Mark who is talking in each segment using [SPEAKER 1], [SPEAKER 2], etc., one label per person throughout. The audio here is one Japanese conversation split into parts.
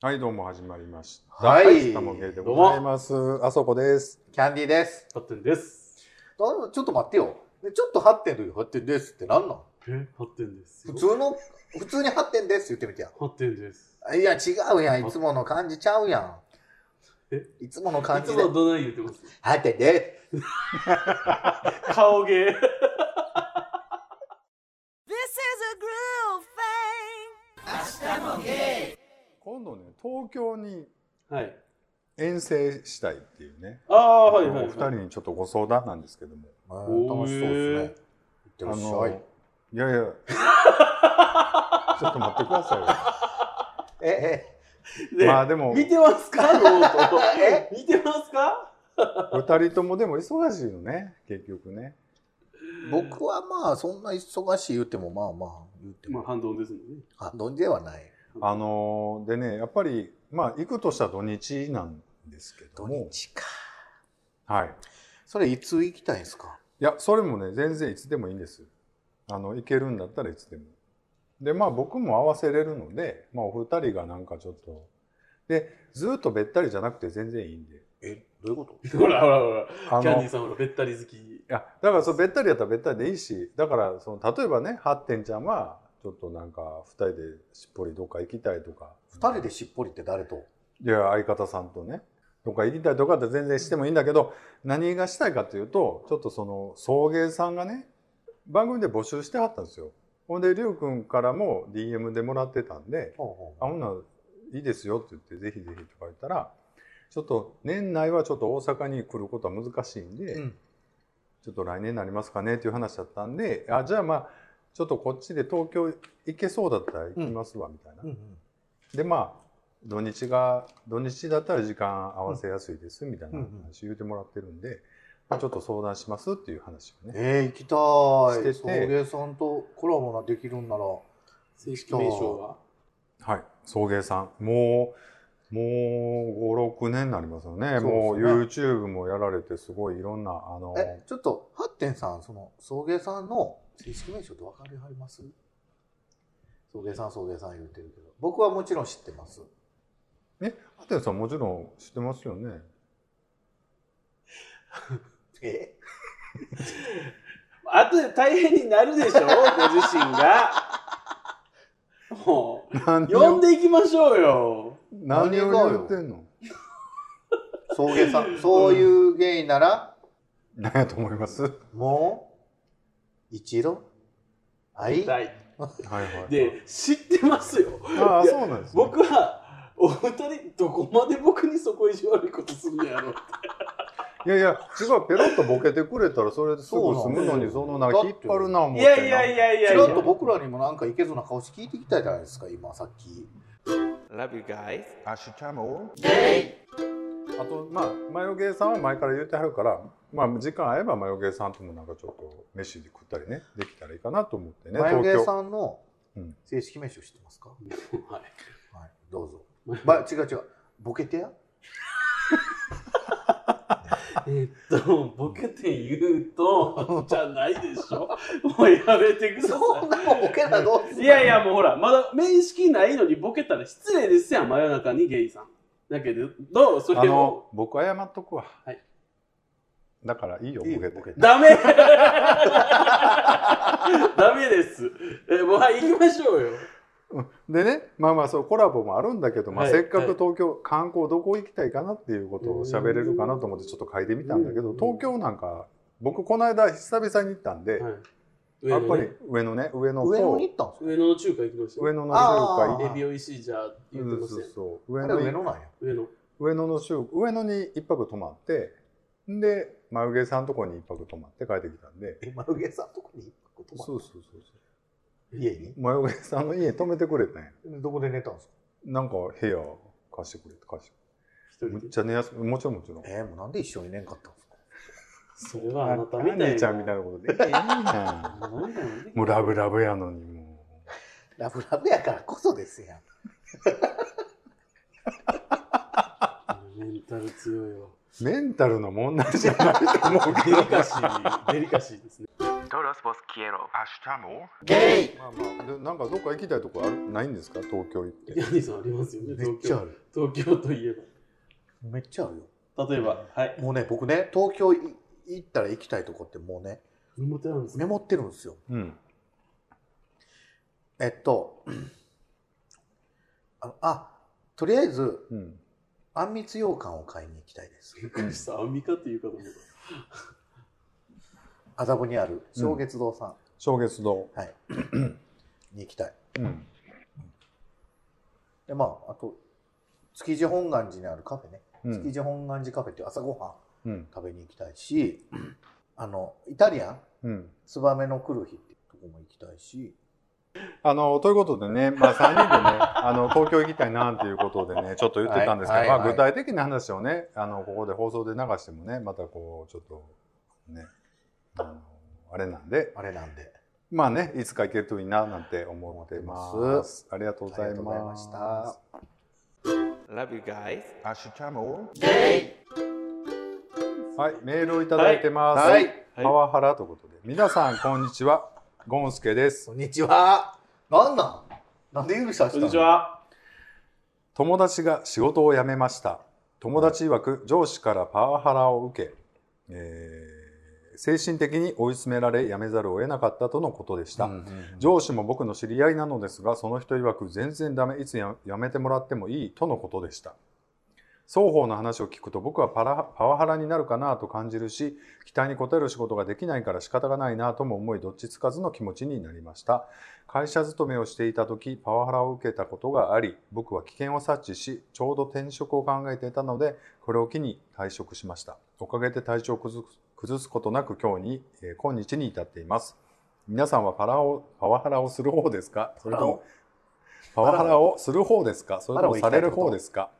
[SPEAKER 1] はい、どうも始まりました。
[SPEAKER 2] はい
[SPEAKER 1] たもげで
[SPEAKER 2] どう
[SPEAKER 1] ござい
[SPEAKER 2] も、
[SPEAKER 1] ます。あそこです。
[SPEAKER 2] キャンディーです。
[SPEAKER 3] 発展です。
[SPEAKER 2] あちょっと待ってよ。でちょっと8点の時8点ですってなんなん
[SPEAKER 3] え発展です
[SPEAKER 2] 普
[SPEAKER 3] よ。
[SPEAKER 2] 通の、普通に8点ですって言ってみてや。
[SPEAKER 3] 発展です。
[SPEAKER 2] あいや、違うやん。いつもの感じちゃうやん。
[SPEAKER 3] え
[SPEAKER 2] いつもの
[SPEAKER 3] い
[SPEAKER 2] 感
[SPEAKER 3] つ
[SPEAKER 2] じで。
[SPEAKER 3] もどない言ってます
[SPEAKER 2] 8点で
[SPEAKER 3] 顔芸。
[SPEAKER 4] This is a groove thing.
[SPEAKER 1] 今度ね、東京に
[SPEAKER 3] はい。
[SPEAKER 1] 遠征したいっていうね、
[SPEAKER 3] ああ、はいはい、はい。
[SPEAKER 1] お二人にちょっとご相談なんですけども、
[SPEAKER 2] す。あー楽しそうですね。いってらっしゃい。
[SPEAKER 1] いやいや、ちょっと待ってくださ
[SPEAKER 2] え、え、
[SPEAKER 1] い
[SPEAKER 3] ね
[SPEAKER 1] よ。まあでも、
[SPEAKER 3] 見てま すかノート
[SPEAKER 2] え
[SPEAKER 3] 見てますか
[SPEAKER 1] 二人ともでも忙しいよね、結局ね。
[SPEAKER 2] 僕はまあ、そんな忙しい言っても、まあまあ、言って
[SPEAKER 3] ま
[SPEAKER 2] も、
[SPEAKER 3] あ、反動ですもんね。
[SPEAKER 2] あ、どんではない。
[SPEAKER 1] あのーでね、やっぱり、まあ行くとしたら土日なんですけど
[SPEAKER 2] 土
[SPEAKER 1] も、
[SPEAKER 2] 日か。
[SPEAKER 1] はい。
[SPEAKER 2] それいつ行きたいんですか
[SPEAKER 1] いや、それもね、全然いつでもいいんです。あの、行けるんだったらいつでも。で、まあ僕も合わせれるので、まあお二人がなんかちょっと、で、ずっとべったりじゃなくて全然いいんで。
[SPEAKER 2] え、どういうこと
[SPEAKER 3] ほらほらほら。
[SPEAKER 1] あ
[SPEAKER 3] キャ
[SPEAKER 1] の、
[SPEAKER 3] ンディー
[SPEAKER 1] い
[SPEAKER 3] さんほら、べったり好き。
[SPEAKER 1] や、だからそうべったりやったらべったりでいいし、だからその、例えばね、ハッテンちゃんは、ちょっとなんか二人でしっぽりどっか行きたいとか。
[SPEAKER 2] 二人でしっぽりって誰と
[SPEAKER 1] いや、相方さんとね。とか行きたいとかって全然してもいいんだけど、何がしたいかというと、ちょっとその、送迎さんがね、番組で募集してはったんですよ。ほんで、りゅうくんからも DM でもらってたんで、あ、ほんならいいですよって言って、ぜひぜひとか言ったら、ちょっと年内はちょっと大阪に来ることは難しいんで、
[SPEAKER 2] うん
[SPEAKER 1] ちょっと来年になりますかねっていう話だったんで、あ、じゃあまあ、ちょっとこっちで東京行けそうだったら行きますわ、みたいな。
[SPEAKER 2] うんうん
[SPEAKER 1] でまあ土日が土日だったら時間合わせやすいですみたいな話言うてもらってるんで、まあ、ちょっと相談しますっていう話をね
[SPEAKER 2] えー、行きたい。
[SPEAKER 1] して
[SPEAKER 2] 送
[SPEAKER 1] て
[SPEAKER 2] 迎さんとコラボができるんなら。
[SPEAKER 3] 正式名称は。
[SPEAKER 1] はい送迎さんもうもう56年になりますよね
[SPEAKER 2] そうですね
[SPEAKER 1] もう YouTube もやられてすごいいろんなあの
[SPEAKER 2] え、ちょっと、ハッテンさん、その、送迎さんの正式名称って分かりはります送迎さん、送迎さん言ってるけど。僕はもちろん知ってます。
[SPEAKER 1] ハテンさんもちろん知ってますよね
[SPEAKER 2] え
[SPEAKER 3] あとで大変になるでしょご自身が。 もう、
[SPEAKER 1] 何
[SPEAKER 3] 呼んでいきましょうよ。
[SPEAKER 1] 何を
[SPEAKER 2] 何がよ
[SPEAKER 1] 言ってんの
[SPEAKER 2] 送迎さん、そういう芸なら、
[SPEAKER 1] 何やと思いますはい
[SPEAKER 2] もう、一度、はい。
[SPEAKER 3] はい。
[SPEAKER 1] はい
[SPEAKER 3] で、知ってますよ。
[SPEAKER 1] ああそうなんですね
[SPEAKER 3] 僕は、お二人、どこまで僕にそこ意地悪いことするのや ろう。
[SPEAKER 1] いやいや違うペロッとボケてくれたらそれですぐ済むのにそ
[SPEAKER 2] そう
[SPEAKER 1] の
[SPEAKER 2] な
[SPEAKER 1] なんん
[SPEAKER 2] です
[SPEAKER 1] か引っ
[SPEAKER 2] よ
[SPEAKER 1] 張るな思っ
[SPEAKER 3] い
[SPEAKER 1] てな
[SPEAKER 3] やいやいやいや
[SPEAKER 2] ち
[SPEAKER 3] い
[SPEAKER 2] ら
[SPEAKER 3] や。
[SPEAKER 2] っと僕らにもなんかいけそうな顔して聞いてきたじゃないですか、今、さっき。
[SPEAKER 3] Love you guys.
[SPEAKER 1] アシュチャムあとまあマヨゲーさんは前から言ってはるから、まあ、時間合えばマヨゲーさんともなんかちょっと飯で食ったりねできたらいいかなと思ってね
[SPEAKER 2] マヨ
[SPEAKER 1] 東
[SPEAKER 2] ゲー
[SPEAKER 1] 京
[SPEAKER 2] さんの
[SPEAKER 1] うん
[SPEAKER 2] 正式名称知ってますか、
[SPEAKER 3] はい。
[SPEAKER 2] はい、どうぞ。ま、違う違う。ボケて や
[SPEAKER 3] えっと、ボケて言うと、じゃないでしょ。 もうやめてくだ
[SPEAKER 2] そ
[SPEAKER 3] さ
[SPEAKER 2] んなもんボケなどうすん
[SPEAKER 3] い。
[SPEAKER 2] の
[SPEAKER 3] いやい。や、もうほら、まだ面識ないのにボケたら失礼ですやん、真夜中にゲイさん。だけど、どうそ
[SPEAKER 1] あ
[SPEAKER 3] れ
[SPEAKER 1] の
[SPEAKER 3] を。
[SPEAKER 1] 僕謝っとくわ、
[SPEAKER 3] はい
[SPEAKER 1] だからいいよボ
[SPEAKER 2] いい
[SPEAKER 1] ケ
[SPEAKER 2] よ
[SPEAKER 1] て
[SPEAKER 2] ボケて
[SPEAKER 3] ダメ ダメです。えもうはい、行きましょうよ。
[SPEAKER 1] でねまあまあそうコラボもあるんだけど、まあ
[SPEAKER 3] はい
[SPEAKER 1] せっかく東京、観光どこ行きたいかなっていうことを喋れるかなと思ってちょっと書いてみたんだけど、
[SPEAKER 3] うん
[SPEAKER 1] 東京なんか僕この間久々に行ったんで、
[SPEAKER 3] はい、
[SPEAKER 1] や
[SPEAKER 3] 上
[SPEAKER 1] っ
[SPEAKER 3] 野
[SPEAKER 1] ぱ
[SPEAKER 3] ね
[SPEAKER 1] り上のね上野と
[SPEAKER 2] 上野に行ったんです
[SPEAKER 3] 上野の中華行きましょ
[SPEAKER 1] 上
[SPEAKER 3] う。
[SPEAKER 1] 野の
[SPEAKER 2] あ
[SPEAKER 1] 中
[SPEAKER 2] ー
[SPEAKER 1] 華
[SPEAKER 3] エビ美味しいじゃあって言って
[SPEAKER 1] うん
[SPEAKER 3] ま
[SPEAKER 1] そう
[SPEAKER 3] す
[SPEAKER 1] そう上
[SPEAKER 2] よ。あれ
[SPEAKER 1] 野
[SPEAKER 2] 上
[SPEAKER 1] に
[SPEAKER 2] 野なんや。
[SPEAKER 3] やん。上野。
[SPEAKER 1] 上野の中上野に一泊泊まってんで眉毛さんとこに一泊泊まって帰ってきたんで
[SPEAKER 2] え、マヨゲーさんとこに行くこと
[SPEAKER 1] そうそうそう
[SPEAKER 2] 家に
[SPEAKER 1] 眉毛さんの家泊めてくれたんや
[SPEAKER 2] どこで寝たんですか
[SPEAKER 1] なんか部屋貸してくれって貸してく
[SPEAKER 3] 一人
[SPEAKER 1] れむ
[SPEAKER 3] で
[SPEAKER 1] っ。ちゃ寝やすもちろんもちろん
[SPEAKER 2] えー、もうなんで一緒に寝んかったんですか
[SPEAKER 3] それはあなたみたいな。
[SPEAKER 1] 姉ちゃんみたいなことできへんや
[SPEAKER 3] もうなんだろうね
[SPEAKER 1] んもうラブラブやのにも
[SPEAKER 2] ラブラブやからこそですやん。
[SPEAKER 3] メンタル強いわ。
[SPEAKER 1] うメンタルの問題じゃないと思うけ
[SPEAKER 3] デ
[SPEAKER 1] ど
[SPEAKER 3] リカシー、デリカシーですね。
[SPEAKER 5] トロ Adios vos quiero.
[SPEAKER 2] ゲイ
[SPEAKER 1] まあまあでなんかどっか行きたいとこあるないんですか東京行って
[SPEAKER 3] ヤニさんありますよね
[SPEAKER 2] めっ
[SPEAKER 3] 東
[SPEAKER 2] ちゃあ
[SPEAKER 3] 京
[SPEAKER 2] る
[SPEAKER 3] 東京といえ
[SPEAKER 2] めっちゃあるよ
[SPEAKER 3] ば例えばはい
[SPEAKER 2] もうね僕ね東京い行ったら行きたいとこってもうね
[SPEAKER 3] メモってあるんです
[SPEAKER 2] メ
[SPEAKER 3] か
[SPEAKER 2] モってるんですよ
[SPEAKER 1] うん
[SPEAKER 2] えっとあのあとりあえず
[SPEAKER 1] うん
[SPEAKER 2] あんみつ羊羹を買いに行きたいです
[SPEAKER 3] びっくりしたアンミカっていうかと思っ
[SPEAKER 2] 麻布にある松月堂さん、
[SPEAKER 1] 正月堂
[SPEAKER 2] はい、に行きたい
[SPEAKER 1] うん
[SPEAKER 2] でまああと築地本願寺にあるカフェね、
[SPEAKER 1] う
[SPEAKER 2] 築
[SPEAKER 1] ん
[SPEAKER 2] 地本願寺カフェっていう朝ごは
[SPEAKER 1] うん
[SPEAKER 2] ん食べに行きたいしあのイタリアン
[SPEAKER 1] うん
[SPEAKER 2] ツバメの来る日っていうとこも行きたいし
[SPEAKER 1] あのということでね、まあ、3人で ねあの東京行きたいなっていうことでねちょっと言ってたんですけど、
[SPEAKER 2] はいはい
[SPEAKER 1] まあ、具体的な話をねあのここで放送で流してもねまたこうちょっとねあのあれなんで
[SPEAKER 2] あれなんで
[SPEAKER 1] まあねいつか行けるといいななんて思ってます
[SPEAKER 2] 思ってます
[SPEAKER 1] ありがとうござい
[SPEAKER 2] ありがとうございま
[SPEAKER 1] ま
[SPEAKER 2] し
[SPEAKER 1] したた
[SPEAKER 5] Love you guys.
[SPEAKER 1] はいメールをいただいてます、
[SPEAKER 2] はい
[SPEAKER 3] はい
[SPEAKER 1] パワハラということで皆さんこんにちはゴンスケです
[SPEAKER 2] こんにちはなんなんなんで指さした
[SPEAKER 3] たこ
[SPEAKER 2] の
[SPEAKER 3] んにちは
[SPEAKER 1] 友達が仕事を辞めました友達曰く上司からパワハラを受け、えー精神的に追い詰められ辞めざるを得なかったとのことでした、
[SPEAKER 2] うんうんうん
[SPEAKER 1] 上司も僕の知り合いなのですがその人曰く全然ダメいつや辞めてもらってもいいとのことでした双方の話を聞くと僕はパラパワハラになるかなと感じるし期待に応える仕事ができないから仕方がないなとも思いどっちつかずの気持ちになりました会社勤めをしていた時パワハラを受けたことがあり僕は危険を察知しちょうど転職を考えていたのでこれを機に退職しましたおかげで体調を崩す崩すことなく今日に、えー今日に至っています皆さんはパラをパワハラをする方ですかそれともパワハラをする方ですかそれともされる方ですか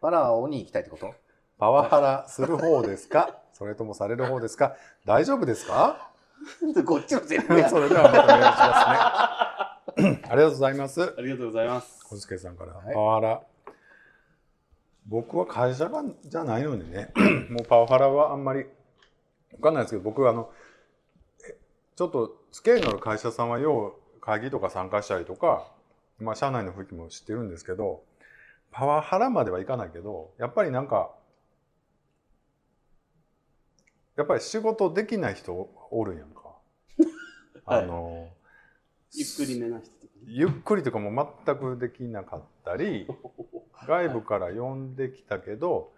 [SPEAKER 2] パラオに行きたいってこと
[SPEAKER 1] パワハラする方ですかそれともされる方ですか大丈夫ですか
[SPEAKER 2] こっちのセリ
[SPEAKER 1] そ
[SPEAKER 2] フ
[SPEAKER 1] れで
[SPEAKER 2] や
[SPEAKER 1] はまたメール しますね。ありがとうございます。
[SPEAKER 3] ありがとうございます
[SPEAKER 1] 小助さんから、
[SPEAKER 2] はい
[SPEAKER 1] パワハラ。僕は会社がじゃないのにね、 もうパワハラはあんまりわかんないですけど、僕はあの、えちょっと付き合いのある会社さんはよう会議とか参加したりとか、まあ社内の雰囲気も知ってるんですけど、パワハラまではいかないけど、やっぱりなんか、やっぱり仕事できない人おるやんか。 あの、
[SPEAKER 3] ゆっくりめな人とかね
[SPEAKER 1] ゆっくりとかも全くできなかった り外部から呼んできたけど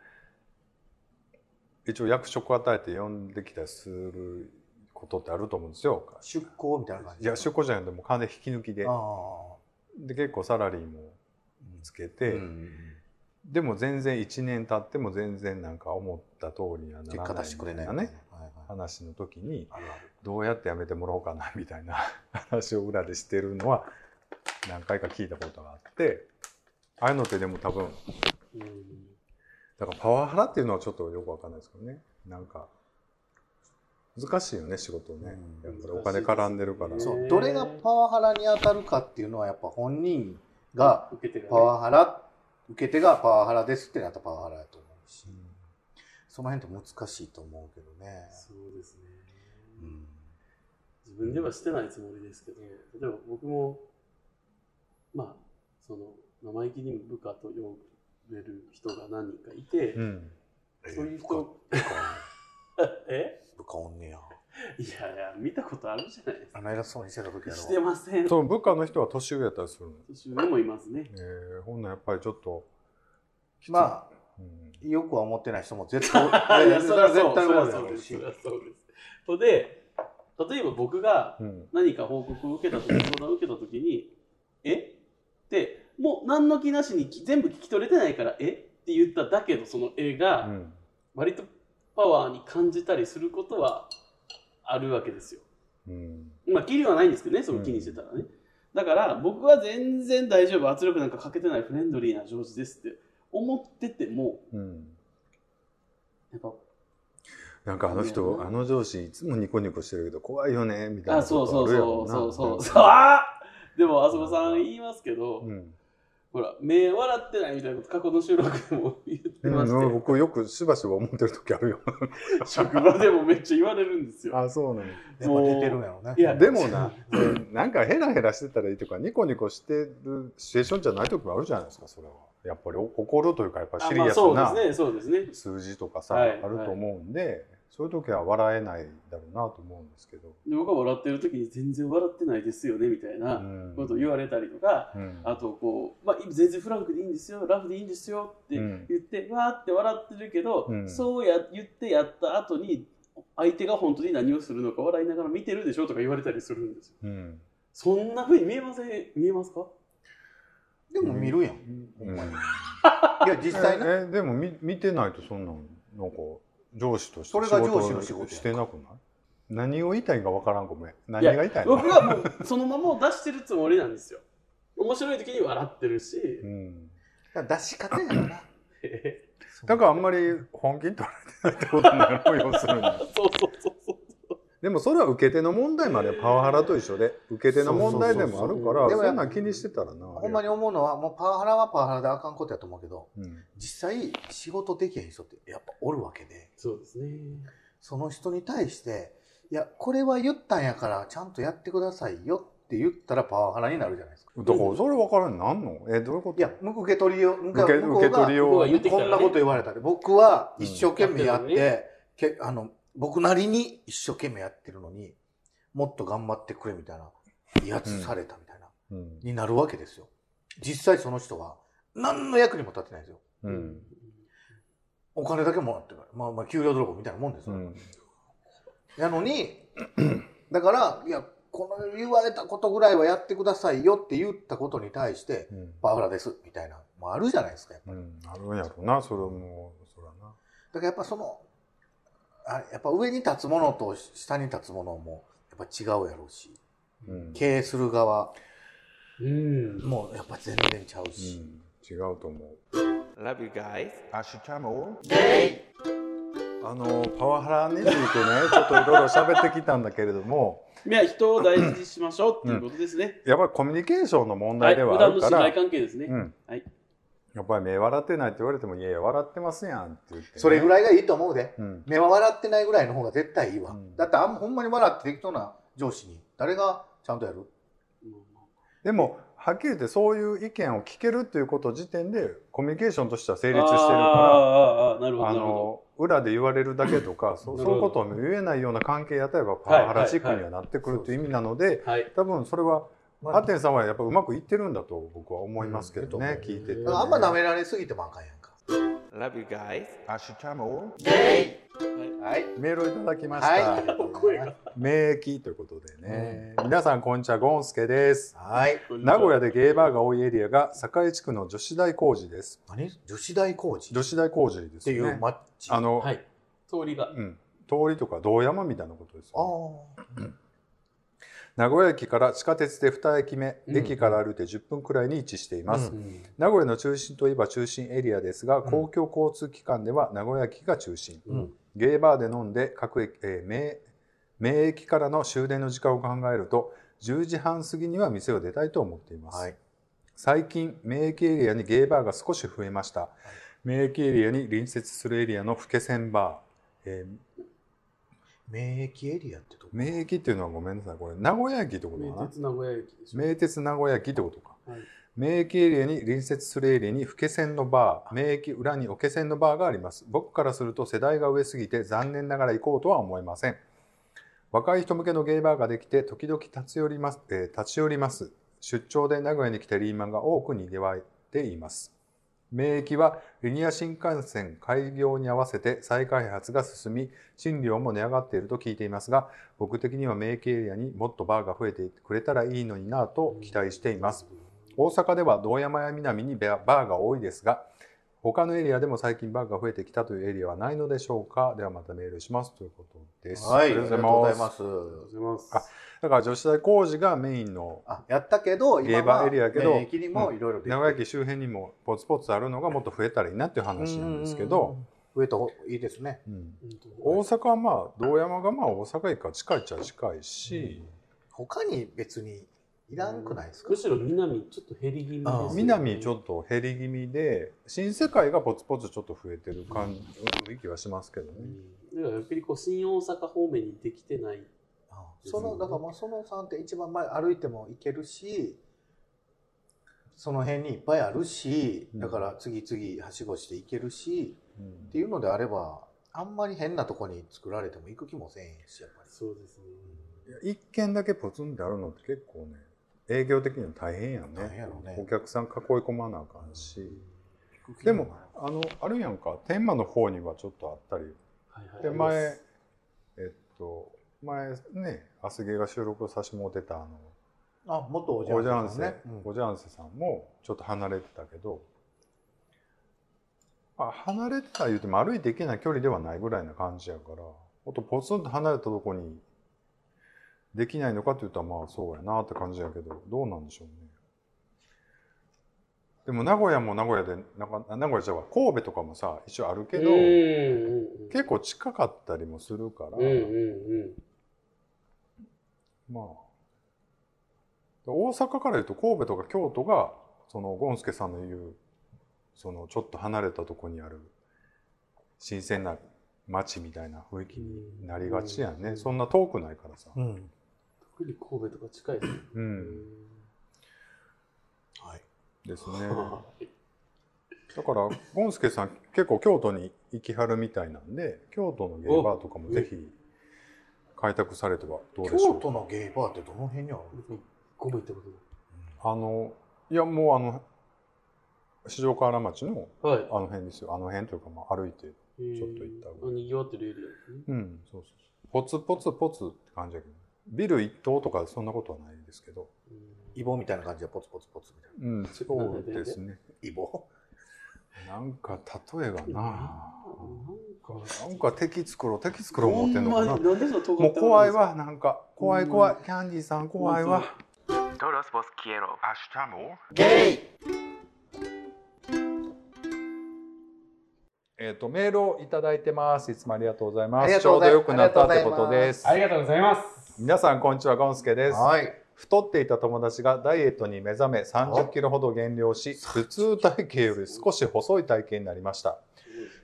[SPEAKER 1] 一応役職を与えて呼んできたりすることってあると思うんですよ。
[SPEAKER 2] 出向みたいな感じ
[SPEAKER 1] いや出向じゃなくてもう完全引き抜きで
[SPEAKER 2] ああ
[SPEAKER 1] で結構サラリーもつけて、
[SPEAKER 2] うん
[SPEAKER 1] でも全然1年経っても全然なんか思った通りにはな
[SPEAKER 2] 結
[SPEAKER 1] ら
[SPEAKER 2] 果
[SPEAKER 1] ない
[SPEAKER 2] 出してくれない
[SPEAKER 1] みた
[SPEAKER 2] よ
[SPEAKER 1] いなね
[SPEAKER 2] はいはい
[SPEAKER 1] 話の時に
[SPEAKER 2] あるある
[SPEAKER 1] どうやってやめてもらおうかなみたいな 話を裏でしてるのは何回か聞いたことがあってああいうのってでも多分
[SPEAKER 3] うん
[SPEAKER 1] だからパワハラっていうのはちょっとよくわかんないですけどねなんか難しいよね仕事ね、
[SPEAKER 2] うん
[SPEAKER 1] やっぱりお金絡んでるから、
[SPEAKER 3] 難しいです
[SPEAKER 2] そ
[SPEAKER 3] ね
[SPEAKER 2] うどれがパワハラに当たるかっていうのはやっぱ本人が
[SPEAKER 3] 受けてる
[SPEAKER 2] パワハラ受け手がパワハラですってなったらパワハラだと思うしその辺って難しいと思うけどね、
[SPEAKER 3] そうですね、
[SPEAKER 2] うん、
[SPEAKER 3] 自分ではしてないつもりですけど例えば僕もまあその生意気にも部下と呼べる人が何人かいて、
[SPEAKER 1] うん
[SPEAKER 3] そういう
[SPEAKER 2] 部
[SPEAKER 3] 人
[SPEAKER 2] 下部下
[SPEAKER 3] え
[SPEAKER 2] 部下おんねや
[SPEAKER 3] いやいや見たことあるじゃないです
[SPEAKER 2] あ
[SPEAKER 3] か
[SPEAKER 2] の偉そうにしてた時やろ
[SPEAKER 3] してません
[SPEAKER 1] その部下の人は年上やったりするの、
[SPEAKER 3] 年上 もいますね
[SPEAKER 1] えー、ほんならやっぱりちょっと
[SPEAKER 2] まあ
[SPEAKER 1] あ、うん
[SPEAKER 2] よくは思ってない人も絶対
[SPEAKER 3] いや
[SPEAKER 2] 絶
[SPEAKER 3] そりゃ
[SPEAKER 2] 対
[SPEAKER 3] そう
[SPEAKER 2] 絶対
[SPEAKER 3] そり
[SPEAKER 2] 思
[SPEAKER 3] ゃ
[SPEAKER 2] うやろ
[SPEAKER 3] そうで
[SPEAKER 2] う
[SPEAKER 3] す
[SPEAKER 2] し
[SPEAKER 3] そりゃそうですほんで例えば僕が
[SPEAKER 1] うん
[SPEAKER 3] 何か報告を受けた時相談を受けた時に「えってもう何の気なしにき全部聞き取れてないから「えって言っただけどその絵
[SPEAKER 1] う
[SPEAKER 3] が
[SPEAKER 1] ん
[SPEAKER 3] 割とパワーに感じたりすることはあるわけですよ。
[SPEAKER 1] うん
[SPEAKER 3] まあ、気量はないんですけどね、その気にしてたらね。だから、僕は全然大丈夫、圧力なんかかけてないフレンドリーな上司ですって思ってても、
[SPEAKER 1] うん
[SPEAKER 3] やっぱ、
[SPEAKER 1] なんかあの
[SPEAKER 3] いや
[SPEAKER 1] 人、
[SPEAKER 3] な
[SPEAKER 1] あの上司いつもニコニコしてるけど怖いよねみたい
[SPEAKER 3] あ、
[SPEAKER 1] な
[SPEAKER 3] そうそうそうそうそうそ
[SPEAKER 1] う
[SPEAKER 3] う、あーでも、あそこさん言いますけど、
[SPEAKER 1] うん
[SPEAKER 3] ほら、目笑ってないみたいなこと、過去の収録でも言ってまして、
[SPEAKER 1] うん、僕よくしばしば思ってる時あ るよ。
[SPEAKER 3] 職場でもめっちゃ言われるんですよ。
[SPEAKER 1] あそうなの、
[SPEAKER 2] やっぱ出てるんやろね
[SPEAKER 3] いや
[SPEAKER 1] でもな、なんかヘラヘラしてたらいいとか、ニコニコしてるシチュエーションじゃない時もあるじゃないですか、それは。やっぱり怒るというか、やっぱりシリ
[SPEAKER 3] あまあ
[SPEAKER 1] アス
[SPEAKER 3] そう
[SPEAKER 1] な
[SPEAKER 3] ですね、そうですね。
[SPEAKER 1] 数字とかさ、
[SPEAKER 3] はい
[SPEAKER 1] あると思うんで、そういう時は笑えないだろうなと思うんですけど。
[SPEAKER 3] で僕は笑ってる時に全然笑ってないですよねみたいな
[SPEAKER 1] うん
[SPEAKER 3] ことを言われたりとか、
[SPEAKER 1] うん
[SPEAKER 3] あとこう、まあ、全然フランクでいいんですよラフでいいんですよって
[SPEAKER 1] うん
[SPEAKER 3] 言って、わーって笑ってるけど、
[SPEAKER 1] うん
[SPEAKER 3] そうや言ってやった後に相手が本当に何をするのか笑いながら見てるでしょとか言われたりするんですよ
[SPEAKER 1] うん
[SPEAKER 3] そんなふうに見えません見えますか
[SPEAKER 2] でも見るやん、ほんまにいや実際ね
[SPEAKER 1] ええでも見見てないとそんなんなんか上司として
[SPEAKER 2] それが上司の仕事やんか
[SPEAKER 1] してなくない何を言いたいんかわからんごめん何が言いたいの
[SPEAKER 3] 僕はもうそのままを出してるつもりなんですよ面白い時に笑ってる し、
[SPEAKER 1] うん、
[SPEAKER 2] だから出し方やろな
[SPEAKER 1] だからあんまり本気に取られてないってことになるよ要するに
[SPEAKER 3] そうそうそうそう
[SPEAKER 1] でもそれは受け手の問題までパワハラと一緒で受け手の問題でもあるから
[SPEAKER 2] そうそうそうでもや
[SPEAKER 1] そんなん気にしてたらな
[SPEAKER 2] ほんまに思うのはもうパワハラはパワハラであかんことやと思うけど
[SPEAKER 1] うん
[SPEAKER 2] 実際仕事できへん人ってやっぱおるわけで
[SPEAKER 3] そうですね
[SPEAKER 2] その人に対していやこれは言ったんやからちゃんとやってくださいよって言ったらパワハラになるじゃないですか
[SPEAKER 1] だからそれ分からんなんのえどういうこと
[SPEAKER 2] いや向こう受け取りを向こう
[SPEAKER 1] 受け
[SPEAKER 2] 向こう
[SPEAKER 1] 受け取り
[SPEAKER 2] が
[SPEAKER 1] を
[SPEAKER 3] 僕は言ってきた
[SPEAKER 2] こ
[SPEAKER 3] ら、
[SPEAKER 2] ん
[SPEAKER 3] ね、
[SPEAKER 2] なこと言われたで僕は
[SPEAKER 1] うん
[SPEAKER 2] 一生懸命やっ
[SPEAKER 3] やってる
[SPEAKER 2] て、けあの僕なりに一生懸命やってるのにもっと頑張ってくれみたいな威圧されたみたいな、
[SPEAKER 1] うん
[SPEAKER 2] になるわけですよ実際その人は何の役にも立ってないですよ
[SPEAKER 1] うん
[SPEAKER 2] お金だけもらってるまあまあ給料泥棒みたいなもんです
[SPEAKER 1] う
[SPEAKER 2] よ、
[SPEAKER 1] ん
[SPEAKER 2] なのに、 だから、いや、この言われたことぐらいはやってくださいよって言ったことに対して、
[SPEAKER 1] うん
[SPEAKER 2] パワハラです、みたいな、もあるじゃないですか。だか
[SPEAKER 1] うんあるんやろうなそれもそらな
[SPEAKER 2] らやっぱその、あやっぱ上に立つものと下に立つものも、やっぱ違うやろうし、
[SPEAKER 1] うん
[SPEAKER 2] 経営する側
[SPEAKER 3] うん
[SPEAKER 2] もやっぱ全然ちゃう
[SPEAKER 1] う
[SPEAKER 2] し。
[SPEAKER 1] ん違うと思う
[SPEAKER 5] Love you guys.
[SPEAKER 1] あのパワハラについてねちょっといろいろ喋ってきたんだけれども
[SPEAKER 3] いや、人を大事にしましょうっていうことですね。
[SPEAKER 1] やっぱりコミュニケーションの問
[SPEAKER 3] はい、
[SPEAKER 1] 題では
[SPEAKER 3] 普
[SPEAKER 1] あ
[SPEAKER 3] 段の
[SPEAKER 1] る
[SPEAKER 3] 信
[SPEAKER 1] から、
[SPEAKER 3] 頼関係ですね。
[SPEAKER 1] うん
[SPEAKER 3] はい
[SPEAKER 1] やっぱり目笑ってないって言われても「いやいや笑ってますやん」って言ってね、
[SPEAKER 2] それぐ
[SPEAKER 1] い、
[SPEAKER 2] らいがいいと思うで。
[SPEAKER 1] うん、
[SPEAKER 2] 目は笑ってないぐらいの方が絶対いいわ。
[SPEAKER 1] うん
[SPEAKER 2] だってあんほんまに笑って適当な上司に、誰がちゃんとやる
[SPEAKER 1] でもはっきり言ってそういう意見を聞けるっていうこと時点でコミュニケーションとしては成立してるから
[SPEAKER 3] あーあーあーなるほど、
[SPEAKER 1] あ
[SPEAKER 3] なるほ
[SPEAKER 1] の裏で言われるだけとかそ
[SPEAKER 3] なる
[SPEAKER 1] うそうい
[SPEAKER 3] ほど
[SPEAKER 1] うことを言えないような関係やったらやっぱパワハラチック
[SPEAKER 3] はい
[SPEAKER 1] に
[SPEAKER 3] はい
[SPEAKER 1] はなってくるっていう意味なので
[SPEAKER 3] ど。はい。
[SPEAKER 1] 多分それは
[SPEAKER 2] ま
[SPEAKER 1] アテンさんはやっぱうまくいってるんだと僕は思いますけど
[SPEAKER 2] うん
[SPEAKER 1] ね、聞いてて、ね、
[SPEAKER 2] だからあんま舐められすぎてもあかんやんか。
[SPEAKER 5] Love you guys.
[SPEAKER 2] はい。
[SPEAKER 1] メールをいただきました、
[SPEAKER 2] はい。
[SPEAKER 3] 声が。
[SPEAKER 1] 免疫ということでね、皆さんこんにちはゴンスケです
[SPEAKER 2] はい。
[SPEAKER 1] 名古屋
[SPEAKER 3] で。
[SPEAKER 1] でゲイバーが多いエリアが堺地区の女子大工事です
[SPEAKER 2] 何女子大工事
[SPEAKER 1] 女子大工事で
[SPEAKER 2] っ
[SPEAKER 1] す
[SPEAKER 2] てい
[SPEAKER 1] よね
[SPEAKER 2] うマッチ。
[SPEAKER 1] あの、
[SPEAKER 3] はい。通りが。
[SPEAKER 1] うん、通りとか道山みたいなことです
[SPEAKER 2] あ
[SPEAKER 1] よね、名古屋駅から地下鉄で2駅目、
[SPEAKER 3] うん
[SPEAKER 1] 駅から歩いて10分くらいに位置しています、
[SPEAKER 2] う
[SPEAKER 1] 名古屋の中心といえば中心エリアですが、公共交通機関では名古屋駅が中心、
[SPEAKER 2] うん
[SPEAKER 1] ゲイバーで飲んで各駅、えー名名駅からの終電の時間を考えると10時半過ぎには店を出たいと思っていま
[SPEAKER 2] あ。
[SPEAKER 1] す、
[SPEAKER 2] はい。
[SPEAKER 1] 最近名駅エリアにゲイバーが少し増えました名駅エリアに隣接するエリアの福泉バー、えー、
[SPEAKER 2] 免疫エリアってとこ
[SPEAKER 1] 名駅っていうのはごめんなさいこれ名古屋駅ってこと
[SPEAKER 3] 名
[SPEAKER 1] かな
[SPEAKER 3] 鉄名古屋駅でしょ。
[SPEAKER 1] 名鉄名古屋駅ってことか、
[SPEAKER 3] はい
[SPEAKER 1] 名駅エリアに隣接するエリアに福気線のバー名駅裏に桶線のバーがあります僕からすると世代が上すぎて残念ながら行こうとは思いません若い人向けのゲイバーができて時々立ち寄ります、えー立ち寄ります出張で名古屋に来たリーマンが多くにぎわっています名駅はリニア新幹線開業に合わせて再開発が進み賃料も値上がっていると聞いていますが僕的には名駅エリアにもっとバーが増えてくれたらいいのになぁと期待しています大阪では道山や南にバーが多いですが他のエリアでも最近バーが増えてきたというエリアはないのでしょうかではまたメールしますということです、
[SPEAKER 2] は
[SPEAKER 1] あ
[SPEAKER 2] い。あり
[SPEAKER 1] りがと
[SPEAKER 2] がとう
[SPEAKER 1] う
[SPEAKER 2] ご
[SPEAKER 1] ご
[SPEAKER 2] ざ
[SPEAKER 1] ざ
[SPEAKER 2] い
[SPEAKER 1] い
[SPEAKER 2] ま
[SPEAKER 1] ます
[SPEAKER 2] す。
[SPEAKER 3] ありがとうございます。
[SPEAKER 1] だから女子大工事がメインの
[SPEAKER 2] あ、やったけど、今は
[SPEAKER 1] ゲーバーエリアやけど
[SPEAKER 2] 免疫にもいろいろできて
[SPEAKER 1] 名古屋駅周辺にもポツポツあるのがもっと増えたらいいなっていう話なんですけど、。
[SPEAKER 2] 増えた方がいいですね。
[SPEAKER 1] うん
[SPEAKER 3] うんと
[SPEAKER 1] 大阪はまあ道山がまあ大阪駅から近いっちゃ近いし、
[SPEAKER 2] 他に別にいらんくないですか
[SPEAKER 3] むしろ南ちょっと減り気味です
[SPEAKER 2] あ
[SPEAKER 3] よ
[SPEAKER 2] あ
[SPEAKER 3] ね。
[SPEAKER 1] 南ちょ
[SPEAKER 3] っ
[SPEAKER 1] っと減り気味で新世界がポツポツちょっと増えてる感じ雰囲気はしますけどね。
[SPEAKER 3] だからやっぱりこう新大阪方面にできてない。
[SPEAKER 2] あそのだからまあその3点一番前歩いても行けるしその辺にいっぱいあるし
[SPEAKER 1] うん
[SPEAKER 2] だから次々はしごして行けるし、
[SPEAKER 1] う
[SPEAKER 2] っていうのであればあんまり変なとこに作られても行く気もせえへんしやっぱり
[SPEAKER 3] そうです
[SPEAKER 1] ん
[SPEAKER 3] ね。
[SPEAKER 1] 一軒だけポツンってあるのって結構ね営業的には大変やん
[SPEAKER 2] 大変
[SPEAKER 1] ね。
[SPEAKER 2] やろうね
[SPEAKER 1] お客さん囲い込まなあかんし。でもあのあるやんか天満の方にはちょっとあったり
[SPEAKER 3] はいはい。
[SPEAKER 1] で
[SPEAKER 3] ありま
[SPEAKER 1] 前
[SPEAKER 3] す
[SPEAKER 1] えっと前ね「アスゲが収録をさしてもうてたあの
[SPEAKER 2] あ元おじゃ
[SPEAKER 1] おじゃ
[SPEAKER 2] ん
[SPEAKER 1] ん
[SPEAKER 2] で
[SPEAKER 1] せ
[SPEAKER 2] すね、うん
[SPEAKER 1] おじゃんせさんもちょっと離れてたけどあ離れてた言うても歩いていけない距離ではないぐらいな感じやからもっとポツンと離れたとこにできないのかって言ったらまあそうやなって感じやけどどうなんでしょうねでも名古屋も名古屋でなかあ名古屋じゃわ神戸とかもさ一応あるけど
[SPEAKER 3] うんうんうん。
[SPEAKER 1] 結構近かったりもするから、
[SPEAKER 3] うんうんうん。
[SPEAKER 1] まあ大阪からいうと神戸とか京都がそのゴンスケさんの言うそのちょっと離れたとこにある新鮮な街みたいな雰囲気になりがちやんね、
[SPEAKER 3] うん
[SPEAKER 1] そんな遠くないからさ、
[SPEAKER 2] うん
[SPEAKER 3] 特に神戸とか近いですね。
[SPEAKER 1] うん
[SPEAKER 2] はい、
[SPEAKER 1] ですね
[SPEAKER 3] はい
[SPEAKER 1] だからゴンスケさん結構京都に行きはるみたいなんで京都のゲイバーとかもぜひ開拓されてはどうでしょ
[SPEAKER 2] 京
[SPEAKER 1] うか
[SPEAKER 2] 都のゲイバーってどの辺にあるの、
[SPEAKER 3] 僕一個も行ったこ
[SPEAKER 1] あのいやもうあの四条河原町の
[SPEAKER 3] とない。はい。
[SPEAKER 1] あの辺ですよあの辺というかまあ歩いて
[SPEAKER 3] ち
[SPEAKER 1] ょっと行った方が
[SPEAKER 3] にぎわってるエリアですね。
[SPEAKER 1] うん、そうそうそうポツポツポツって感じだけどビル一棟とかそんなことはないですけど、
[SPEAKER 2] イボみたいな感じでポツポツポツみたいな
[SPEAKER 1] うん、そうで すね
[SPEAKER 2] イボ
[SPEAKER 1] なんか例えが
[SPEAKER 3] うん
[SPEAKER 1] な
[SPEAKER 3] なんか、
[SPEAKER 1] なんか敵作ろう敵作ろう思ってんの
[SPEAKER 3] ほ
[SPEAKER 1] か
[SPEAKER 3] ん
[SPEAKER 1] な
[SPEAKER 3] まになんでそんな尖
[SPEAKER 1] も
[SPEAKER 3] っ
[SPEAKER 1] う
[SPEAKER 3] てはるんですか
[SPEAKER 1] 怖い。わなんか怖い怖い
[SPEAKER 3] ほん
[SPEAKER 1] キャンディーさん怖いわ
[SPEAKER 3] 本
[SPEAKER 5] Todos vos quiero.
[SPEAKER 2] ゲイ
[SPEAKER 1] えっ、とメールをいただいてますいつもありがとうございま
[SPEAKER 2] あり
[SPEAKER 1] す
[SPEAKER 2] が
[SPEAKER 1] ち
[SPEAKER 2] とう
[SPEAKER 1] ょう
[SPEAKER 2] ご
[SPEAKER 1] どよく
[SPEAKER 2] ざいます
[SPEAKER 1] なったってことです
[SPEAKER 6] ありがとうございます。
[SPEAKER 1] 皆さんこんにちはゴンスケです
[SPEAKER 2] はい
[SPEAKER 1] 太っていた友達がダイエットに目覚め3 0キロほど減量し普通体型より少し細い体型になりました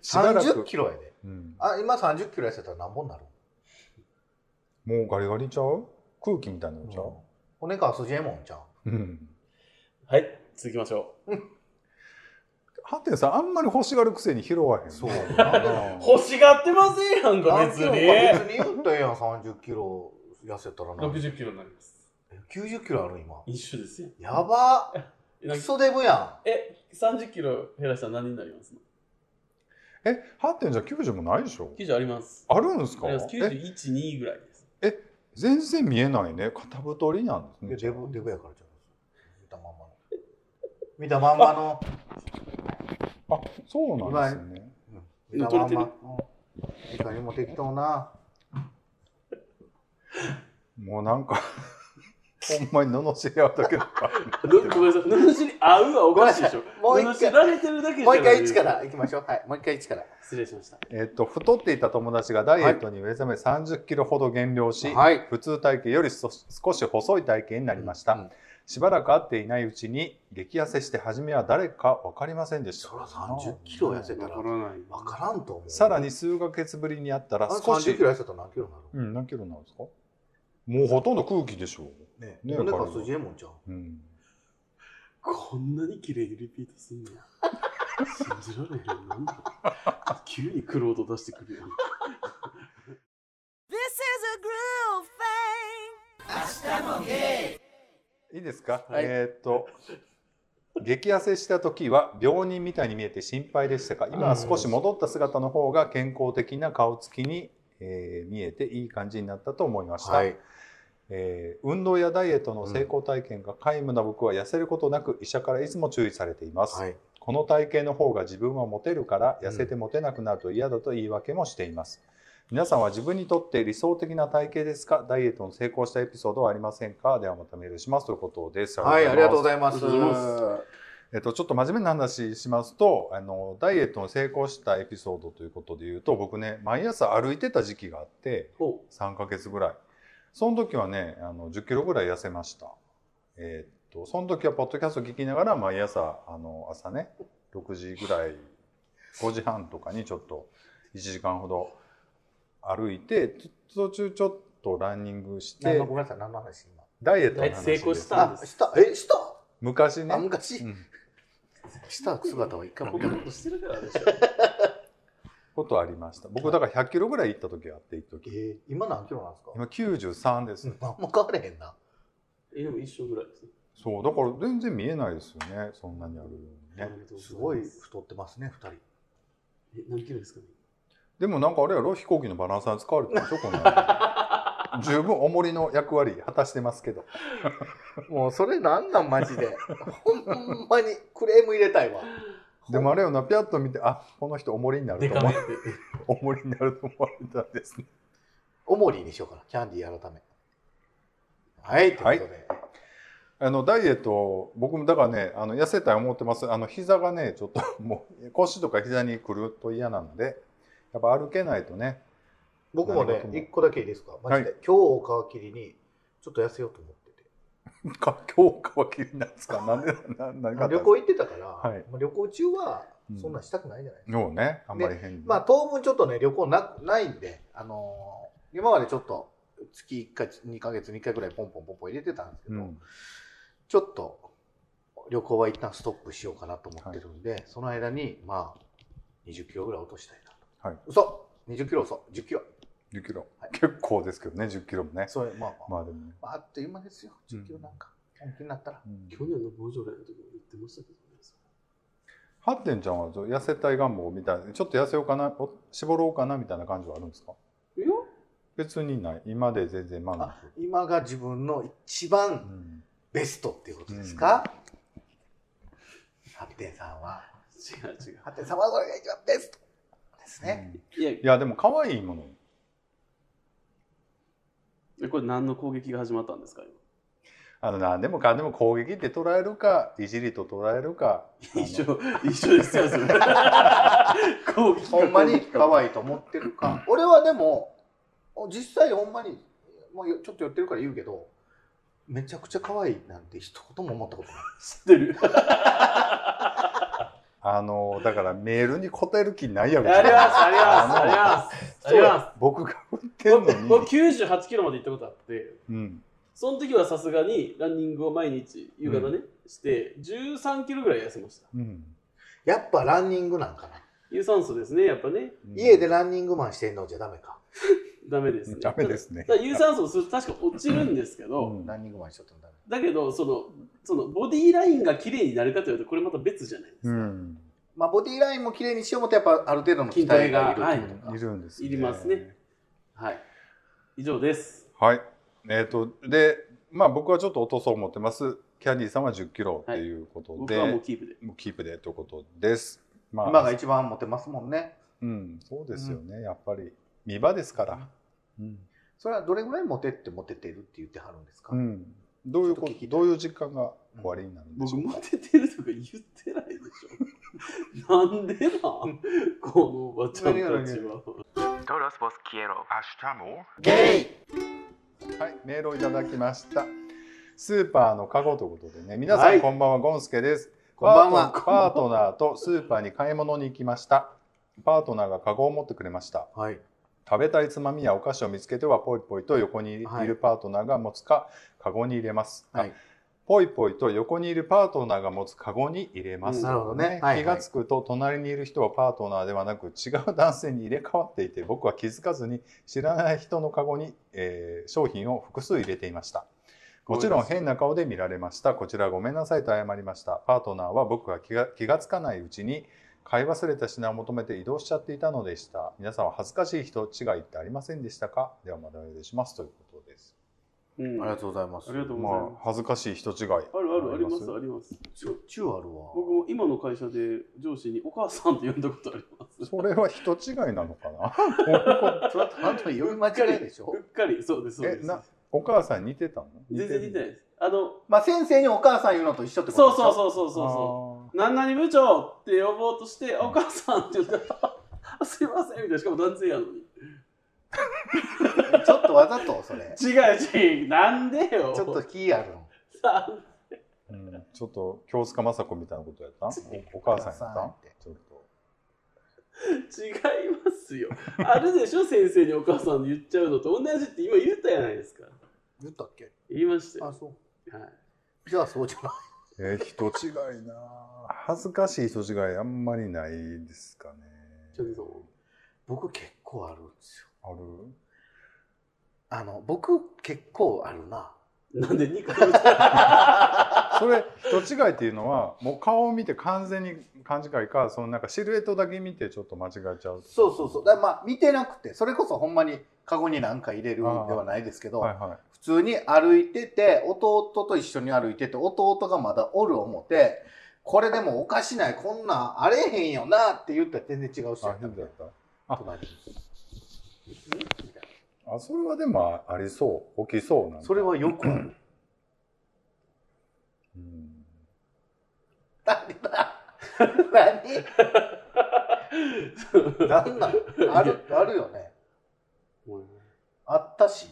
[SPEAKER 1] しばら
[SPEAKER 2] 30
[SPEAKER 1] く
[SPEAKER 2] キロやで
[SPEAKER 1] うん
[SPEAKER 2] あ今30キロ痩せたら何本になる
[SPEAKER 1] もうガリガリちゃう空気みたいなのちゃう、
[SPEAKER 2] 骨から筋えもんちゃん
[SPEAKER 1] うん、
[SPEAKER 3] はい、続きましょ
[SPEAKER 1] ハンテンさんあんまり欲しがるくせに拾わへんね
[SPEAKER 2] そう
[SPEAKER 3] う。欲しがってませんやんか、
[SPEAKER 2] 何
[SPEAKER 3] 別
[SPEAKER 2] キロか
[SPEAKER 3] に。
[SPEAKER 2] 別に言ったらええやん30キロ痩せたら何
[SPEAKER 6] 六十キロになります。
[SPEAKER 2] 90キロある今
[SPEAKER 3] 一緒ですよ。
[SPEAKER 2] やば
[SPEAKER 3] な
[SPEAKER 2] ク
[SPEAKER 3] んか
[SPEAKER 2] ソデブや
[SPEAKER 3] え、30キロ減らしたら何になりますの
[SPEAKER 1] えハンテンじゃ90もないでしょ
[SPEAKER 3] ?90 あります。
[SPEAKER 1] あるんです
[SPEAKER 3] あ
[SPEAKER 1] か
[SPEAKER 3] ります。
[SPEAKER 1] え
[SPEAKER 3] 91、2ぐらいです。
[SPEAKER 1] 全然見えないね肩太りなん
[SPEAKER 2] んい
[SPEAKER 1] で
[SPEAKER 2] や
[SPEAKER 1] すね
[SPEAKER 2] デブデブやからちゃう見たまんまの見たまんまの
[SPEAKER 1] あそうなんですね
[SPEAKER 2] 見たまんまうんいかにも適当な
[SPEAKER 1] もうなんか ほんまに罵り合うだけだから
[SPEAKER 3] どごめんなさい。罵り合うはおかしいでしょ。
[SPEAKER 2] ごめんなさい
[SPEAKER 3] 罵られてるだけじゃ
[SPEAKER 2] もう
[SPEAKER 3] ない
[SPEAKER 2] 一回一か。らいきましょうはいもう一回一から
[SPEAKER 3] 失礼しました。
[SPEAKER 1] えっと、太っていた友達がダイエットに目覚め30キロほど減量し、
[SPEAKER 2] はい
[SPEAKER 1] 普通体型よりそ少し細い体型になりました、
[SPEAKER 2] うん
[SPEAKER 1] しばらく会っていないうちに激痩せして初めは誰か分かりませんでした
[SPEAKER 2] そら30キロ痩せたら分
[SPEAKER 3] ない。
[SPEAKER 2] からんと思う
[SPEAKER 1] さらに数ヶ月ぶりに会ったら
[SPEAKER 2] あれ
[SPEAKER 1] 少し
[SPEAKER 2] 30キロ痩せたら何キロになる
[SPEAKER 1] うん、何キロなんですかもうほとんど空気でしょ
[SPEAKER 2] ね
[SPEAKER 1] ね
[SPEAKER 2] 骨から筋えもんちゃう
[SPEAKER 1] う、うん、
[SPEAKER 3] こんなに綺麗にリピートすんのや。信じられへん。なんか急にクロード出してくるやん。
[SPEAKER 4] This is a groove thing.
[SPEAKER 1] いいですか、
[SPEAKER 3] はい
[SPEAKER 1] えーっと激痩せした時は病人みたいに見えて心配でしたが今は少し戻った姿の方が健康的な顔つきに、えー見えていい感じになったと思いました、
[SPEAKER 2] はい
[SPEAKER 1] えー運動やダイエットの成功体験が皆無な僕は痩せることなく医者からいつも注意されています、
[SPEAKER 2] はい
[SPEAKER 1] この体型の方が自分はモテるから痩せてモテなくなると嫌だと言い訳もしています、皆さんは自分にとって理想的な体型ですかダイエットの成功したエピソードはありませんかではまたメールしますということです
[SPEAKER 2] はいありがとうご
[SPEAKER 1] います
[SPEAKER 2] ざいます
[SPEAKER 3] ありがとうございま
[SPEAKER 1] えっと、ちょっと真面目な話しますとあのダイエットの成功したエピソードということで言うと僕ね毎朝歩いてた時期があって
[SPEAKER 3] ほ
[SPEAKER 1] 3ヶ月ぐらいその時はねあの10キロぐらい痩せましたえーっとその時はポッドキャスト聞きながら毎朝あの朝ね6時ぐらい5時半とかにちょっと1時間ほど歩いてつ途中ちょっとランニングし
[SPEAKER 2] 何
[SPEAKER 1] て
[SPEAKER 2] のごめんなさい、何の話今。
[SPEAKER 1] ダイエットの
[SPEAKER 3] ダイエット
[SPEAKER 1] 話
[SPEAKER 3] 成
[SPEAKER 1] で
[SPEAKER 3] 功
[SPEAKER 1] す
[SPEAKER 3] し。たんです
[SPEAKER 2] あ、した、え、した
[SPEAKER 1] 昔
[SPEAKER 2] あ、
[SPEAKER 1] ね、
[SPEAKER 2] 昔、
[SPEAKER 1] うん
[SPEAKER 2] した姿は一回も
[SPEAKER 3] ボケボケしてるからでしょ。
[SPEAKER 1] ことありました。僕だから100キロぐらい行った時あって一
[SPEAKER 2] え
[SPEAKER 1] 時。
[SPEAKER 2] ー、今何キロなんですか
[SPEAKER 1] 今93です。
[SPEAKER 2] 何も変われへんな。
[SPEAKER 3] え、でも一緒ぐらいですね。
[SPEAKER 1] そうだから全然見えないですよね。そんなにあるようにね。
[SPEAKER 2] すごい
[SPEAKER 3] え、
[SPEAKER 2] 太ってますね、二人。
[SPEAKER 3] 何キロですかね。
[SPEAKER 1] でもなんかあれやろ飛行機のバランサーに使われてるでしょこんなの十分重りの役割果たしてますけど。
[SPEAKER 2] もうそれなんなんマジで。 ほんまにクレーム入れたいわ。
[SPEAKER 1] でもあれよなピャッと見てあこの人重りになる
[SPEAKER 3] で
[SPEAKER 1] と
[SPEAKER 3] か
[SPEAKER 1] 思
[SPEAKER 3] め
[SPEAKER 1] う重りになると思われたんですね。
[SPEAKER 2] おもりにしようかな、キャンディー改め。はい、ということで。
[SPEAKER 1] あのダイエット僕もだからねあの痩せたい思ってます。あの膝がねちょっともう腰とか膝にくると嫌なのでやっぱ歩けないとね。
[SPEAKER 2] 僕も
[SPEAKER 1] 何
[SPEAKER 2] ね
[SPEAKER 1] 事、も
[SPEAKER 2] 一個だけいいですか。マジで。今日を皮切りに、ちょっと痩せようと思ってて。
[SPEAKER 1] か今日かは気になるんですか。なんでなんなんかあったんですか
[SPEAKER 2] 旅行行ってたから、
[SPEAKER 1] はい
[SPEAKER 2] まあ旅行中は
[SPEAKER 1] うん
[SPEAKER 2] そんなんしたくないじゃないですか。
[SPEAKER 1] そうね、あんまり変に。
[SPEAKER 2] まあ当分ちょっとね、旅行なないんで、あのー今までちょっと月1回、2ヶ月に1回ぐらいポンポンポンポン入れてたんですけ
[SPEAKER 1] う
[SPEAKER 2] ど、
[SPEAKER 1] ん、
[SPEAKER 2] ちょっと旅行は一旦ストップしようかなと思ってるんで、その間にまあ20キロぐらい落としたいな。
[SPEAKER 1] はい。
[SPEAKER 2] 嘘 !20 キロ嘘 !10 キロ。
[SPEAKER 1] 10キロ、
[SPEAKER 2] はい
[SPEAKER 1] 結構ですけどね、10キロもね。
[SPEAKER 2] それ、まあまあ、
[SPEAKER 1] まあでもね。
[SPEAKER 2] まあ、あっという間ですよ。10キロなんか。本気になったら。
[SPEAKER 1] うん
[SPEAKER 3] 去年のボジョレの時も言ってましたけどね。
[SPEAKER 1] ハッテンちゃんはそう痩せたい願望みたいな、ちょっと痩せようかな、お絞ろうかなみたいな感じはあるんですか
[SPEAKER 3] いや、
[SPEAKER 1] 別にない。今で全然満
[SPEAKER 2] あ今が自分の一
[SPEAKER 1] 足。
[SPEAKER 2] 番
[SPEAKER 1] うん、
[SPEAKER 2] ベストっていうことですか、ハッテンさんは。
[SPEAKER 3] 違う違う。
[SPEAKER 2] ハッテンさんはこれが一番ベストですね。
[SPEAKER 3] いや
[SPEAKER 1] うんいや、でも可愛いもの。
[SPEAKER 3] え、これ何の攻撃が始まったんですか
[SPEAKER 1] あの、何でもかんでも攻撃って捉えるか、いじりと捉えるか。
[SPEAKER 3] 今一緒、一緒ですよ、そ れ。攻撃か
[SPEAKER 2] ほんまに可
[SPEAKER 3] い
[SPEAKER 2] 愛いと思ってるか。俺はでも、実際ほんまに、まあ、ちょっと寄ってるから言うけど、めちゃくちゃ可愛いなんて一言も思ったことない。
[SPEAKER 3] 知ってる。
[SPEAKER 1] あの、だからメールに答える気ないやろ。
[SPEAKER 3] あります、あります、あり
[SPEAKER 1] あ
[SPEAKER 3] ます。ありま
[SPEAKER 1] の僕が売って
[SPEAKER 3] す。
[SPEAKER 1] んの
[SPEAKER 3] 僕僕
[SPEAKER 1] に。
[SPEAKER 3] 98キロまで行ったことあって、
[SPEAKER 1] うん。
[SPEAKER 3] その時はさすがにランニングを毎日夕方ね、して13キロぐらい痩せました。
[SPEAKER 1] うん。
[SPEAKER 2] やっぱランニングなんかな。
[SPEAKER 3] 有酸素ですね、やっぱね。
[SPEAKER 2] 家でランニングマンしてんのじゃダメか。
[SPEAKER 3] ダメですね。
[SPEAKER 1] ダメですね
[SPEAKER 3] た。だ有酸素をすると確か落ちるんですけど、
[SPEAKER 1] うん
[SPEAKER 2] ランニングマンしちゃったんだね。
[SPEAKER 3] だけどそのそのボディラインが綺麗になるかというとこれまた別じゃないですか、
[SPEAKER 1] うん。
[SPEAKER 2] まあ、ボディラインも綺麗にしようもとやっぱある程度の期待がいるってことか。
[SPEAKER 1] いるんです、
[SPEAKER 3] いりますね。はい以上です
[SPEAKER 1] はい。えっ、と、で、まあ僕はちょっと落とそう思ってます。キャディーさんは10キロっていうこと
[SPEAKER 3] 僕
[SPEAKER 1] で、
[SPEAKER 3] はもうキープで
[SPEAKER 1] もうキープでということです。まあ、
[SPEAKER 2] 今が一番モテますもんね。
[SPEAKER 1] うん、そうですよね、やっぱり。見場ですから。うん。
[SPEAKER 2] それはどれぐらいモテってモテてるって言ってはるんですか、
[SPEAKER 1] うんどういうこ
[SPEAKER 2] ちょっと聞き
[SPEAKER 1] と、
[SPEAKER 2] たい
[SPEAKER 1] どういう実感が終わりになるんでし
[SPEAKER 3] 僕
[SPEAKER 1] ょう
[SPEAKER 3] モ
[SPEAKER 1] か。
[SPEAKER 3] テてるとか言ってないでしょなんでなんこのおばちゃんたちは
[SPEAKER 5] Todos vos quiero.
[SPEAKER 2] ゲイ
[SPEAKER 1] はい、メールをいただきました。スーパーのカゴということでね、皆さん、
[SPEAKER 2] はい
[SPEAKER 1] こんばんは、ゴンスケです。
[SPEAKER 2] こんばんは
[SPEAKER 1] パートパートナーとスーパーに買い物に行きました。パートナーがカゴを持ってくれました。
[SPEAKER 2] はい。
[SPEAKER 1] 食べたいつまみやお菓子を見つけてはポイポイと横にい
[SPEAKER 2] はい
[SPEAKER 1] るパートナーが持つか、カゴに入れます、あ
[SPEAKER 2] はい。
[SPEAKER 1] ポイポイと横にいるパートナーが持つカゴに入れます、
[SPEAKER 3] うんな
[SPEAKER 2] るほどねはいはい
[SPEAKER 1] 気がつくと隣にいる人はパートナーではなく違う男性に入れ替わっていて僕は気づかずに知らない人のカゴに、えー商品を複数入れていましたもちろん変な顔で見られましたこちらごめんなさいと謝りましたパートナーは僕が気が気がつかないうちに買い忘れた品を求めて移動しちゃっていたのでした皆さんは恥ずかしい人違いってありませんでしたかではまたお願いしますということです
[SPEAKER 3] うん
[SPEAKER 2] あり
[SPEAKER 3] ある
[SPEAKER 2] がとうございます。
[SPEAKER 3] ありがとうござい
[SPEAKER 1] まあ恥ずかしい人違いあ
[SPEAKER 3] あるありますあります
[SPEAKER 2] しょっちゅうあるわ。
[SPEAKER 3] 僕も今の会社で上司に「お母さん」って呼んだことあります
[SPEAKER 1] それは人違いなのかな
[SPEAKER 2] それは単純に読み間違いでしょ
[SPEAKER 3] うっかりそうですそうで
[SPEAKER 1] え
[SPEAKER 3] す
[SPEAKER 1] なお母さん似てたの
[SPEAKER 3] 全然
[SPEAKER 1] い
[SPEAKER 3] 似てないですあの
[SPEAKER 2] まあ先生にお母さん言うのと一緒ってこ
[SPEAKER 3] そ
[SPEAKER 2] と
[SPEAKER 3] う
[SPEAKER 2] でしょ
[SPEAKER 3] そうそうそうそうそう何々部長って呼ぼうとして、お母さんって言ったら、 あすいませんみたいな、しかも男性やのに。
[SPEAKER 2] ちょっとわざとそれ。ち
[SPEAKER 3] 違う違う、なんでよ。
[SPEAKER 2] ょっと気あるの。
[SPEAKER 3] なん
[SPEAKER 1] うん、ちょっと京塚雅子みたいなことやったんおお母さんやったんちょっと
[SPEAKER 3] 違いますよ。あるでしょ、先生にお母さんに言っちゃうのと同じって今言ったじゃないですか。
[SPEAKER 2] 言ったっけ
[SPEAKER 3] 言いました
[SPEAKER 2] あ
[SPEAKER 3] よ。
[SPEAKER 2] そ
[SPEAKER 3] はい、
[SPEAKER 2] うじゃあそうじゃない
[SPEAKER 1] えー、人違いなあ恥ずかしい人違いあんまりないですかね
[SPEAKER 3] ちょっと
[SPEAKER 2] 僕結構あるんですよ
[SPEAKER 1] ある
[SPEAKER 2] あの僕結構あるな
[SPEAKER 3] なんで2回見た
[SPEAKER 1] それ人違いっていうのはもう顔を見て完全に勘違いかそのなんかシルエットだけ見てちょっと間違えちゃう
[SPEAKER 2] そうそうそうだからまあ見てなくてそれこそほんまにカゴに何か入れるではないですけど、
[SPEAKER 1] はいはい
[SPEAKER 2] 普通に歩いてて弟と一緒に歩いてて弟がまだおる思てこれでもおかしないこんなんあれへんよなって言ったら全然違う人や
[SPEAKER 1] あ
[SPEAKER 2] った
[SPEAKER 1] 変
[SPEAKER 2] みた
[SPEAKER 1] だ
[SPEAKER 2] い
[SPEAKER 1] っ
[SPEAKER 2] な
[SPEAKER 1] た
[SPEAKER 2] 隣にみたい
[SPEAKER 1] あそれはでもありそう起きそうな
[SPEAKER 2] なん
[SPEAKER 1] だ
[SPEAKER 2] それはよくある
[SPEAKER 1] うん
[SPEAKER 2] 何だ何何なのあるあるよね
[SPEAKER 3] もうね
[SPEAKER 2] あったし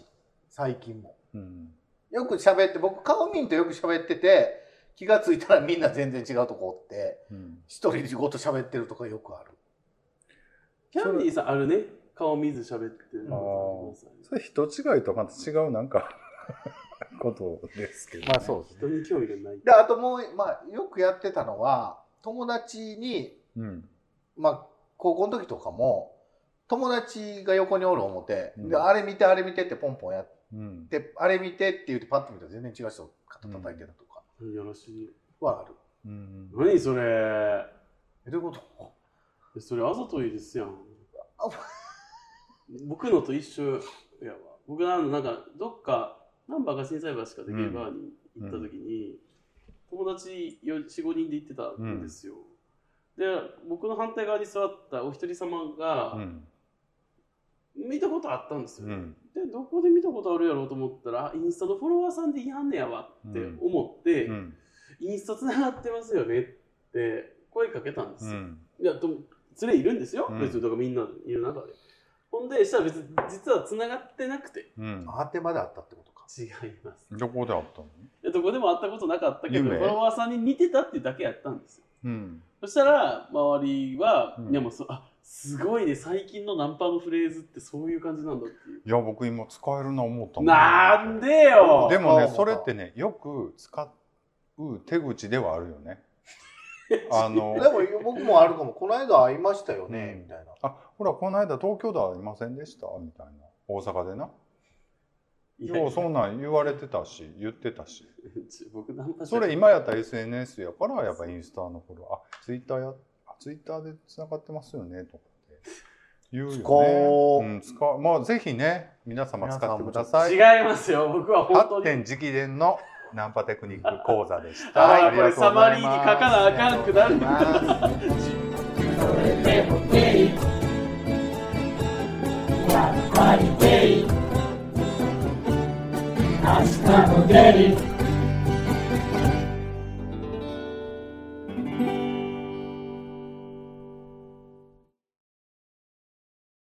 [SPEAKER 2] 最近も
[SPEAKER 1] うん
[SPEAKER 2] よく喋って僕顔見んとよく喋ってて気がついたらみんな全然違うとこおって
[SPEAKER 1] うん
[SPEAKER 2] 一人で仕事喋ってるとかよくある
[SPEAKER 3] キャンディーさんあるね。顔見ず喋ってることありますよね
[SPEAKER 1] それ人違いとはまた違うなんか ことですけど、ね、
[SPEAKER 2] まあそうですね
[SPEAKER 3] 人に興味がない。
[SPEAKER 2] であともう、まあ、よくやってたのは友達に、
[SPEAKER 1] う、うん、
[SPEAKER 2] まあ、高校の時とかも友達が横におる思て、
[SPEAKER 1] うん
[SPEAKER 2] であれ見てあれ見てってポンポンやっ
[SPEAKER 1] うん、
[SPEAKER 2] てあれ見てって言ってパッと見たら全然違う人肩叩いてたとか
[SPEAKER 3] よろしい。
[SPEAKER 2] はある、
[SPEAKER 1] うん
[SPEAKER 3] 何それ。
[SPEAKER 2] えどういうこと
[SPEAKER 3] それあざといですやん
[SPEAKER 2] あ。
[SPEAKER 3] 僕のと一緒やわ。僕はあのなんかどっかナンバーが震災橋かでゲイバーに行った時に、友達45人で行ってたんですよ。で僕の反対側に座ったお一人様
[SPEAKER 1] う
[SPEAKER 3] が
[SPEAKER 1] ん
[SPEAKER 3] 見たことあったんですよ。
[SPEAKER 1] うん
[SPEAKER 3] でどこで見たことあるやろうと思ったらあインスタのフォロワーさんで言いはんねやわって思って、
[SPEAKER 1] うん
[SPEAKER 3] インスタつながってますよねって声かけたんです
[SPEAKER 1] う
[SPEAKER 3] よ。
[SPEAKER 1] ん
[SPEAKER 3] いや、でも、連れいるんですよ、
[SPEAKER 1] うん
[SPEAKER 3] 別に、だからみんないる中で。ほんで、したら別に、実は繋がってなくて。
[SPEAKER 1] うん
[SPEAKER 2] あてまであったってことか
[SPEAKER 3] 違います。
[SPEAKER 1] どこであったの
[SPEAKER 3] いやどこでも会ったことなかったけど、フ
[SPEAKER 1] 夢
[SPEAKER 3] ォロワーさんに似てたっていうだけやったんですよ。
[SPEAKER 1] うん
[SPEAKER 3] そしたら、周りは、
[SPEAKER 1] うん
[SPEAKER 3] いやもうそう、あすごいね、最近のナンパのフレーズってそういう感じなんだっていう。
[SPEAKER 1] いや僕今使えるな思ったもん
[SPEAKER 3] なんでよ
[SPEAKER 1] でも
[SPEAKER 2] あ
[SPEAKER 1] ね
[SPEAKER 2] ー
[SPEAKER 1] それってねよく使う手口ではあるよ ねあの
[SPEAKER 2] でも僕もあるかもこの間会いましたよね、
[SPEAKER 1] うん
[SPEAKER 2] みたいな
[SPEAKER 1] あほらこの間東京ではいませんでしたみたいな大阪でない
[SPEAKER 3] や
[SPEAKER 1] よ
[SPEAKER 3] いや
[SPEAKER 1] うそんなん言われてたし言ってたし
[SPEAKER 3] 僕ナンパ
[SPEAKER 1] それ今やったら SNS やからやっぱインスタの頃あツイッターやあツイッターでつながってますよねとかって言うよね
[SPEAKER 2] 使おう
[SPEAKER 1] うん、使うまあぜひね皆様使ってください
[SPEAKER 3] 違いますよ、僕は本当
[SPEAKER 1] 8
[SPEAKER 3] に。
[SPEAKER 1] 点直伝のナンパテクニック講座でした。あ
[SPEAKER 3] ああ、
[SPEAKER 1] り
[SPEAKER 3] こ
[SPEAKER 1] が
[SPEAKER 3] れ
[SPEAKER 1] とう
[SPEAKER 3] サ
[SPEAKER 1] ござ
[SPEAKER 3] マ
[SPEAKER 1] い
[SPEAKER 3] リーに書
[SPEAKER 1] ます
[SPEAKER 3] かなあかんくなる。
[SPEAKER 7] Hasta no day.